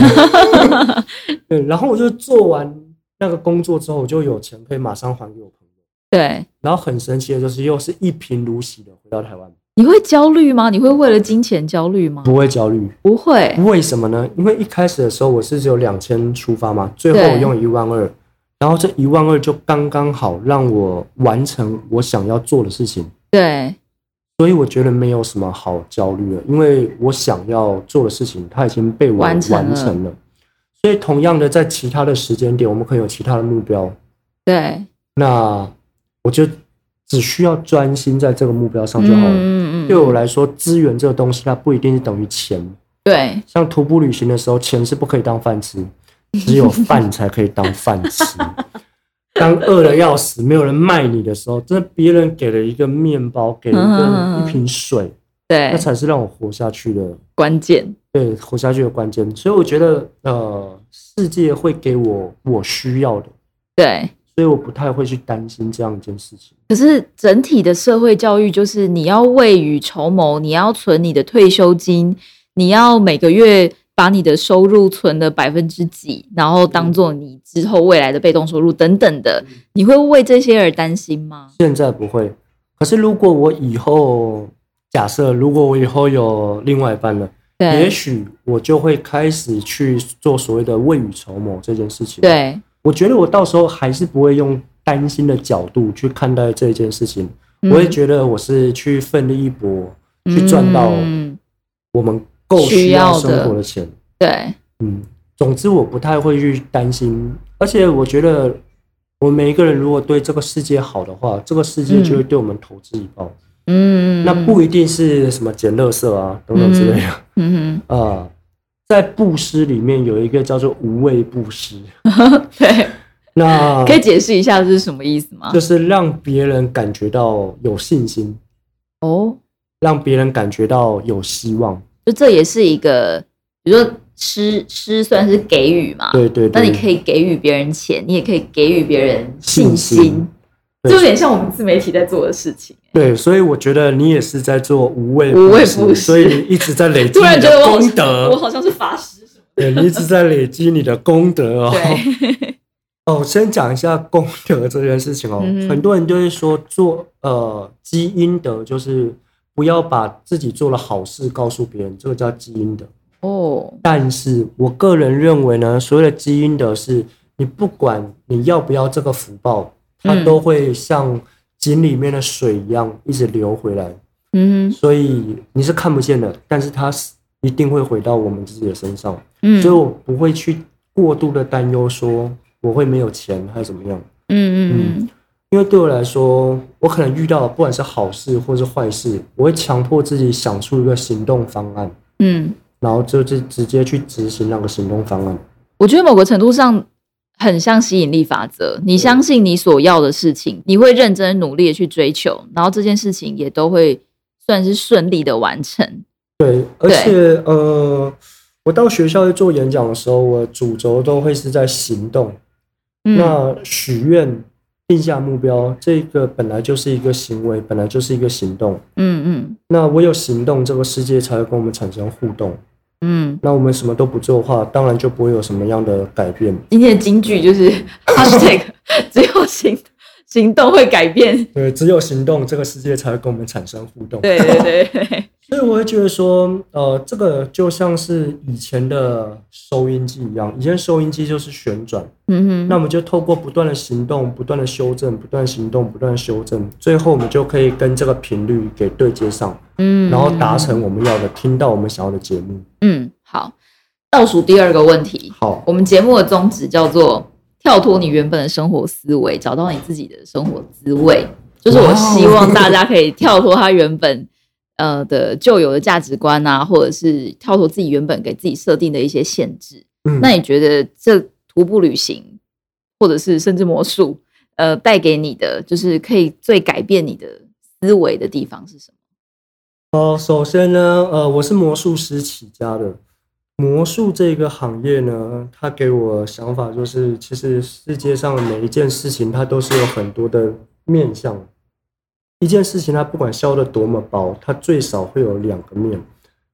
B: 对，然后我就做完那个工作之后，我就有钱可以马上还给我朋友。
A: 对，
B: 然后很神奇的就是，又是一贫如洗的回到台湾，
A: 你会焦虑吗？你会为了金钱焦虑吗？
B: 不会焦虑。
A: 不会，
B: 为什么呢？因为一开始的时候我是只有两千出发嘛，最后我用一万二，然后这一万二就刚刚好让我完成我想要做的事情，
A: 对，
B: 所以我觉得没有什么好焦虑的，因为我想要做的事情它已经被我
A: 完
B: 完
A: 成
B: 成
A: 了
B: 了，所以同样的，在其他的时间点，我们可能有其他的目标，
A: 对，
B: 那我就只需要专心在这个目标上就好了。
A: 嗯
B: 对我来说，资源这个东西，它不一定是等于钱。
A: 对，
B: 像徒步旅行的时候，钱是不可以当 饭吃，只有饭才可以当饭吃。当饿的要死，没有人卖你的时候，真的别人给了一个面包，给了一
A: 嗯嗯嗯
B: 个一瓶水，那
A: 对，
B: 才是让我活下去的，
A: 关键，
B: 对，活下去的关键。所以我觉得，呃，世界会给我我需要的，
A: 对。
B: 所以我不太会去担心这样一件事情。
A: 可是整体的社会教育就是你要未雨绸缪，你要存你的退休金，你要每个月把你的收入存的百分之几，然后当做你之后未来的被动收入等等的，
B: 嗯
A: 你会为这些而担心吗？
B: 现在不会，可是如果我以后假设，如果我以后有另外一半了。也
A: 对
B: 许我就会开始去做所谓的未雨绸缪这件事情。，
A: 嗯对，
B: 我觉得我到时候还是不会用担心的角度去看待这件事情，
A: 嗯
B: 我会觉得我是去奋力一搏，去赚到
A: 嗯
B: 我们够需要生活的钱。
A: 对
B: 嗯，总之我不太会去担心，而且我觉得我们每一个人如果对这个世界好的话，这个世界就会对我们投之以报。
A: 嗯，
B: 那不一定是什么捡垃圾啊等等之类的。
A: 嗯
B: 呃，在布施里面有一个叫做无畏布施，
A: 哼对，
B: 那
A: 可以解释一下这是什么意思吗
B: 啊就？是让别人感觉到有信心，
A: 哦，
B: 让别人感觉到有希望。
A: 就这也是一个，比如说施施算是给予嘛，
B: 对对
A: 那
B: 对，
A: 你可以给予别人钱，你也可以给予别人信心，
B: 信心
A: 这有点像我们自媒体在做的事情。
B: 对，所以我觉得你也是在做无畏
A: 嗯无畏布施
B: 施，所以你一直在累积
A: 突然
B: 你
A: 觉得
B: 的
A: 我好
B: 功
A: 像我
B: 德，
A: 好像是法师什么
B: 对你一直在累积你的功德哦。
A: 对，
B: 哦，先讲一下功德这件事情哦。
A: 嗯哼
B: 很多人就是说做呃积阴德，就是不要把自己做了好事告诉别人，这个叫积阴德。
A: 哦，
B: 但是我个人认为呢，所有的积阴德是，你不管你要不要这个福报，它
A: 嗯
B: 都会像井里面的水一样一直流回来，
A: 嗯
B: 所以你是看不见的，但是它是一定会回到我们自己的身上。
A: 嗯
B: 所以我不会去过度的担忧说我会没有钱还是怎么样，
A: 嗯嗯
B: 因为对我来说，我可能遇到不管是好事或是坏事，我会强迫自己想出一个行动方案，
A: 嗯，
B: 然后就是直接去执行那个行动方案。
A: 我觉得某个程度上很像吸引力法则，你相信你所要的事情，你会认真努力的去追求，然后这件事情也都会算是顺利的完成。
B: 对，而且呃，我到学校去做演讲的时候，我主轴都会是在行动。
A: 嗯
B: 那许愿、定下目标，这个本来就是一个行为，本来就是一个行动。
A: 嗯
B: 那我有行动，这个世界才会跟我们产生互动。
A: 嗯嗯，
B: 那我们什么都不做的话，当然就不会有什么样的改变。
A: 今天的金句就是 hashtag 只有行行动会改变。
B: 对，只有行动，这个世界才会跟我们产生互动。
A: 对对对对，
B: 所以我会觉得说，呃，这个就像是以前的收音机一样，以前收音机就是旋转。
A: 嗯
B: 那
A: 哼，
B: 我们就透过不断的行动、不断的修正、不断地行动、不断的修正，最后我们就可以跟这个频率给对接上，
A: 嗯
B: 然后达成我们要的、听到我们想要的节目。
A: 嗯，好，倒数第二个问题，
B: 好，
A: 我们节目的宗旨叫做跳脱你原本的生活思维，找到你自己的生活滋味。就是我
B: 哇哦
A: 希望大家可以跳脱他原本呃的旧有的价值观啊，或者是跳脱自己原本给自己设定的一些限制。
B: 嗯
A: 那你觉得这徒步旅行，或者是甚至魔术，呃，带给你的就是可以最改变你的思维的地方是什么？
B: 呃，首先呢，呃，我是魔术师起家的，魔术这个行业呢，它给我想法就是，其实世界上的每一件事情，它都是有很多的面向。一件事情，它不管削的多么薄，它最少会有两个面。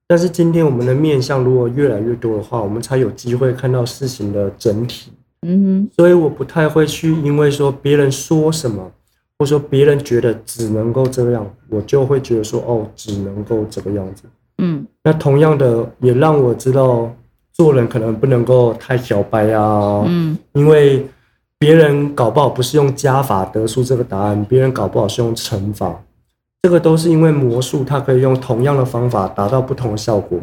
B: 但是今天我们的面向如果越来越多的话，我们才有机会看到事情的整体。
A: 嗯
B: 所以我不太会去因为说别人说什么，或者说别人觉得只能够这样，我就会觉得说哦，只能够这个样子。
A: 哼，嗯
B: 那同样的，也让我知道做人可能不能够太小白啊，
A: 嗯
B: 因为别人搞不好不是用加法得出这个答案，别人搞不好是用乘法，这个都是因为魔术它可以用同样的方法达到不同的效果，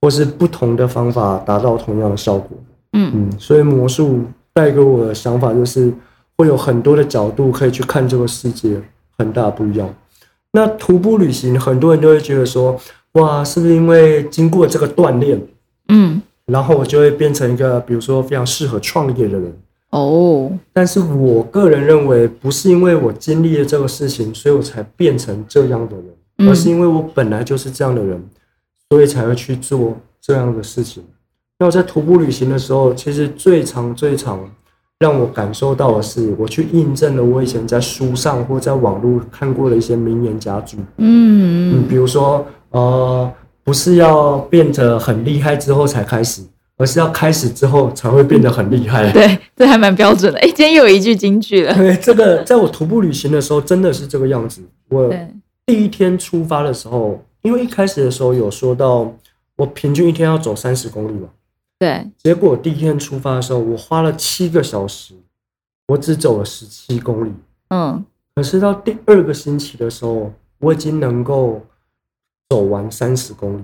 B: 或是不同的方法达到同样的效果。
A: 嗯
B: 嗯，所以魔术带给我的想法就是会有很多的角度可以去看这个世界，很大不一样。那徒步旅行，很多人都会觉得说，哇，是不是因为经过这个锻炼，
A: 嗯，
B: 然后我就会变成一个，比如说非常适合创业的人？
A: 哦，
B: 但是我个人认为，不是因为我经历了这个事情，所以我才变成这样的
A: 嗯
B: 人，而是因为我本来就是这样的人，所以才会去做这样的事情。那我在徒步旅行的时候，其实最常、最常让我感受到的是，我去印证了我以前在书上或在网络看过的一些名言佳句。嗯，
A: 嗯
B: 比如说，呃，不是要变得很厉害之后才开始，而是要开始之后才会变得很厉害。
A: 对，这还蛮标准的。哎，今天又有一句金句 了。
B: 对，哎这个在我徒步旅行的时候真的是这个样子。我
A: 对，
B: 第一天出发的时候，因为一开始的时候有说到我平均一天要走三十公里嘛，
A: 对，
B: 结果第一天出发的时候，我花了七个小时，我只走了十七公里。
A: 嗯，
B: 可是到第二个星期的时候，我已经能够走完三十公里，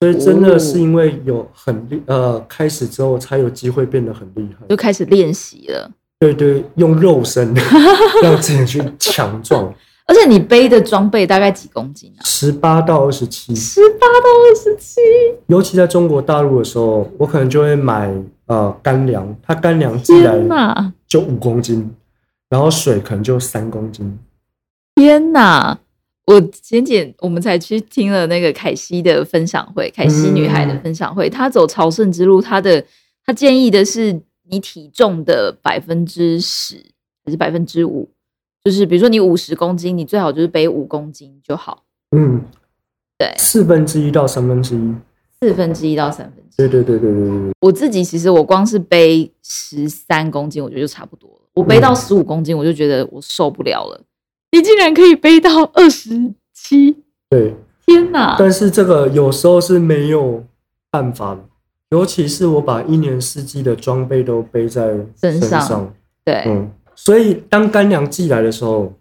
B: 所以真的是因为有很厉呃开始之后，才有机会变得很厉害。
A: 就开始练习了。
B: 对对，用肉身 让自己去强壮。
A: 而且你背的装备大概几公斤啊？
B: 十八到二十七，
A: 十八到二十七。
B: 尤其在中国大陆的时候，我可能就会买呃干粮，它干粮寄
A: 天
B: 来
A: 哪，
B: 就五公斤，然后水可能就三公斤。
A: 天哪！我简简，我们才去听了那个凯西的分享会，凯西女孩
B: 嗯
A: 的分享会。她走朝圣之路，她的她建议的是你体重的百分之十还是百分之五，就是比如说你五十公斤，你最好就是背五公斤就好，
B: 嗯，
A: 对
B: 四分之一到三分之一。
A: 四分之一到三分之一。
B: 对对对对对对对，
A: 我自己其实我光是背十三公斤，我觉得就差不多了。我背到
B: 嗯
A: 十五公斤，我就觉得我受不了了。你竟然可以背到二十七，
B: 对。
A: 天哪！
B: 但是这个有时候是没有办法的，尤其是我把一年四季的装备都背在
A: 身上对，
B: 嗯，所以当干粮寄来的时候，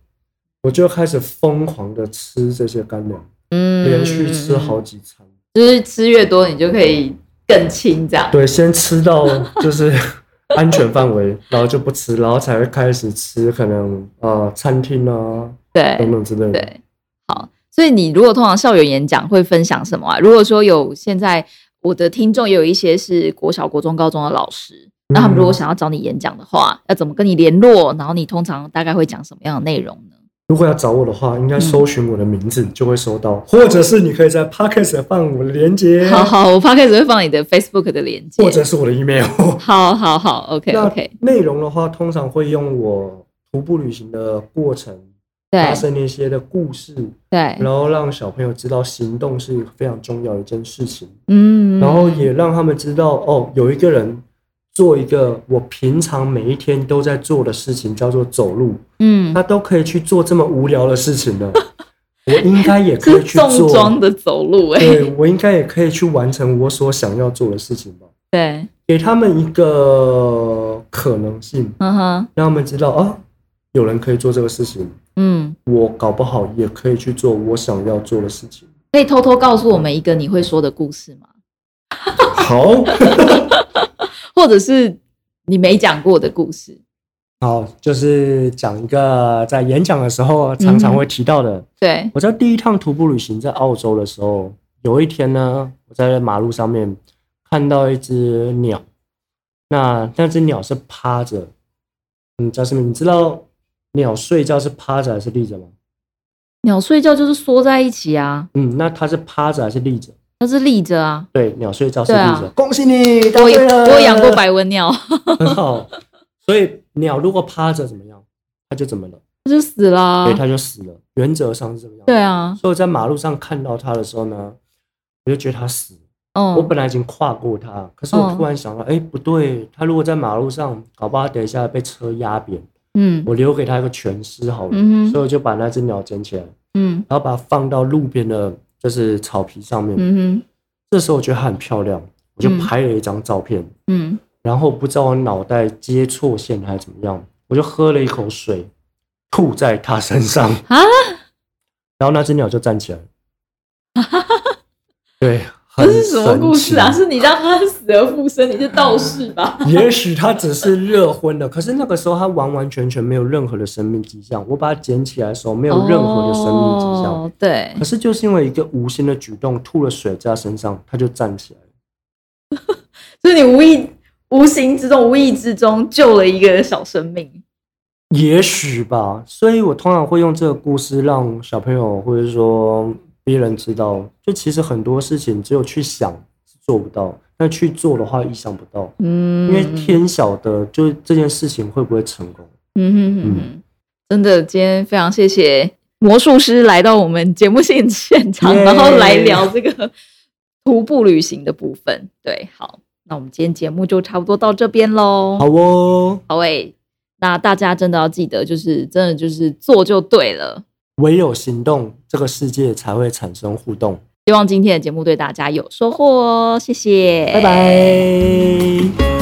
B: 我就开始疯狂的吃这些干粮，
A: 嗯
B: 连续吃好，几餐。
A: 就是吃越多，你就可以更轻这样。
B: 对，先吃到就是 安全范围，然后就不吃，然后才会开始吃可能呃餐厅啊等
A: 对
B: 等之类的。
A: 对，好。所以你如果通常校园演讲会分享什么啊？如果说有现在我的听众也有一些是国小、国中、高中的老师，那他们
B: 嗯
A: 如果想要找你演讲的话，要怎么跟你联络？然后你通常大概会讲什么样的内容呢？
B: 如果要找我的话，应该搜寻我的名字就会收到，或者是你可以在 Podcast 放我的连接，
A: 嗯好好，我 p o d 会放你的 Facebook 的链接
B: 或。者是我的 email。
A: 好好好，OK
B: 那
A: OK，
B: 内容的话，通常会用我徒步旅行的过程
A: 对
B: 发生的一些的故事，
A: 对，
B: 然后让小朋友知道行动是非常重要的一件事情，
A: 嗯，
B: 然后也让他们知道哦，有一个人做一个我平常每一天都在做的事情，叫做走路，
A: 嗯，
B: 他都可以去做这么无聊的 事情了，我应该也可
A: 是
B: 以去
A: 重装
B: 做，
A: 的走路哎、
B: 对我应该也可以去完成我所想要做的事情吧，
A: 对，
B: 给他们一个可能性，
A: 嗯哼，
B: 让他们知道啊，有人可以做这个事情，
A: 嗯，
B: 我搞不好也可以去做我想要做的事情。
A: 可以偷偷告诉我们一个你会说的故事吗？
B: 好
A: 或者是你没讲过的故事？
B: 好，哦就是讲一个在演讲的时候常常会提到的。
A: 对，
B: 我在第一趟徒步旅行在澳洲的时候，有一天呢，我在马路上面看到一只鸟，那那只鸟是趴着。嗯，叫什么？你知道鸟睡觉是趴着还是立着吗？
A: 鸟睡觉就是缩在一起啊，
B: 嗯，那它是趴着还是立着？
A: 它是立着啊。
B: 对，鸟睡觉是立
A: 对
B: 着。
A: 啊
B: 恭喜你，答
A: 我
B: 对
A: 也
B: 了
A: 我也养过百文鸟，
B: 很 好。所以鸟如果趴着怎么样，它就怎么了？
A: 它就死了啊、
B: 所以它就死了。原则上是这个样子。
A: 对啊
B: 所以我在马路上看到它的时候呢，我就觉得它死了。我
A: 嗯，
B: 本来已经跨过它，可是我
A: 嗯
B: 突然想到，哎、不对，它如果在马路上，搞不好它等一下被车压扁，
A: 嗯
B: 我留给它一个全尸好了。
A: 嗯哼
B: 所以我就把那只鸟捡起来，
A: 嗯
B: 然后把它放到路边的，就是草皮上面。
A: 嗯哼
B: 这时候我觉得它很漂亮，我就
A: 嗯
B: 拍了一张照片。
A: 嗯，
B: 然后不知道我脑袋接错线还是怎么样，我就喝了一口水，吐在它身上
A: 啊，
B: 然后那只鸟就站起来了。对，
A: 这
B: 很
A: 是什么故事啊？
B: 神奇
A: 是你让他死而复生？你是道士吧？
B: 也许他只是热昏了，可是那个时候他完完全全没有任何的生命迹象。我把它捡起来的时候，没有任何的生命迹象。
A: 哦、 对
B: 可，是就是因为一个无心的举动，吐了水在他身上，他就站起来了。
A: 所以你无意、无形之中、无意之中救了一个小生命。
B: 也许吧，所以我通常会用这个故事让小朋友或者说别人知道，就其实很多事情只有去想是做不到，但去做的话意想不到，
A: 嗯，
B: 因为天晓得就这件事情会不会成功。
A: 嗯哼哼哼，真的，今天非常谢谢魔术师来到我们节目现现场，
B: 耶
A: 然后来聊这个徒步旅行的部分。对，好，那我们今天节目就差不多到这边喽。
B: 好哦，
A: 好诶，那大家真的要记得，就是真的就是做就对了。
B: 唯有行动，这个世界才会产生互动。
A: 希望今天的节目对大家有收获哦，谢谢，
B: 拜拜。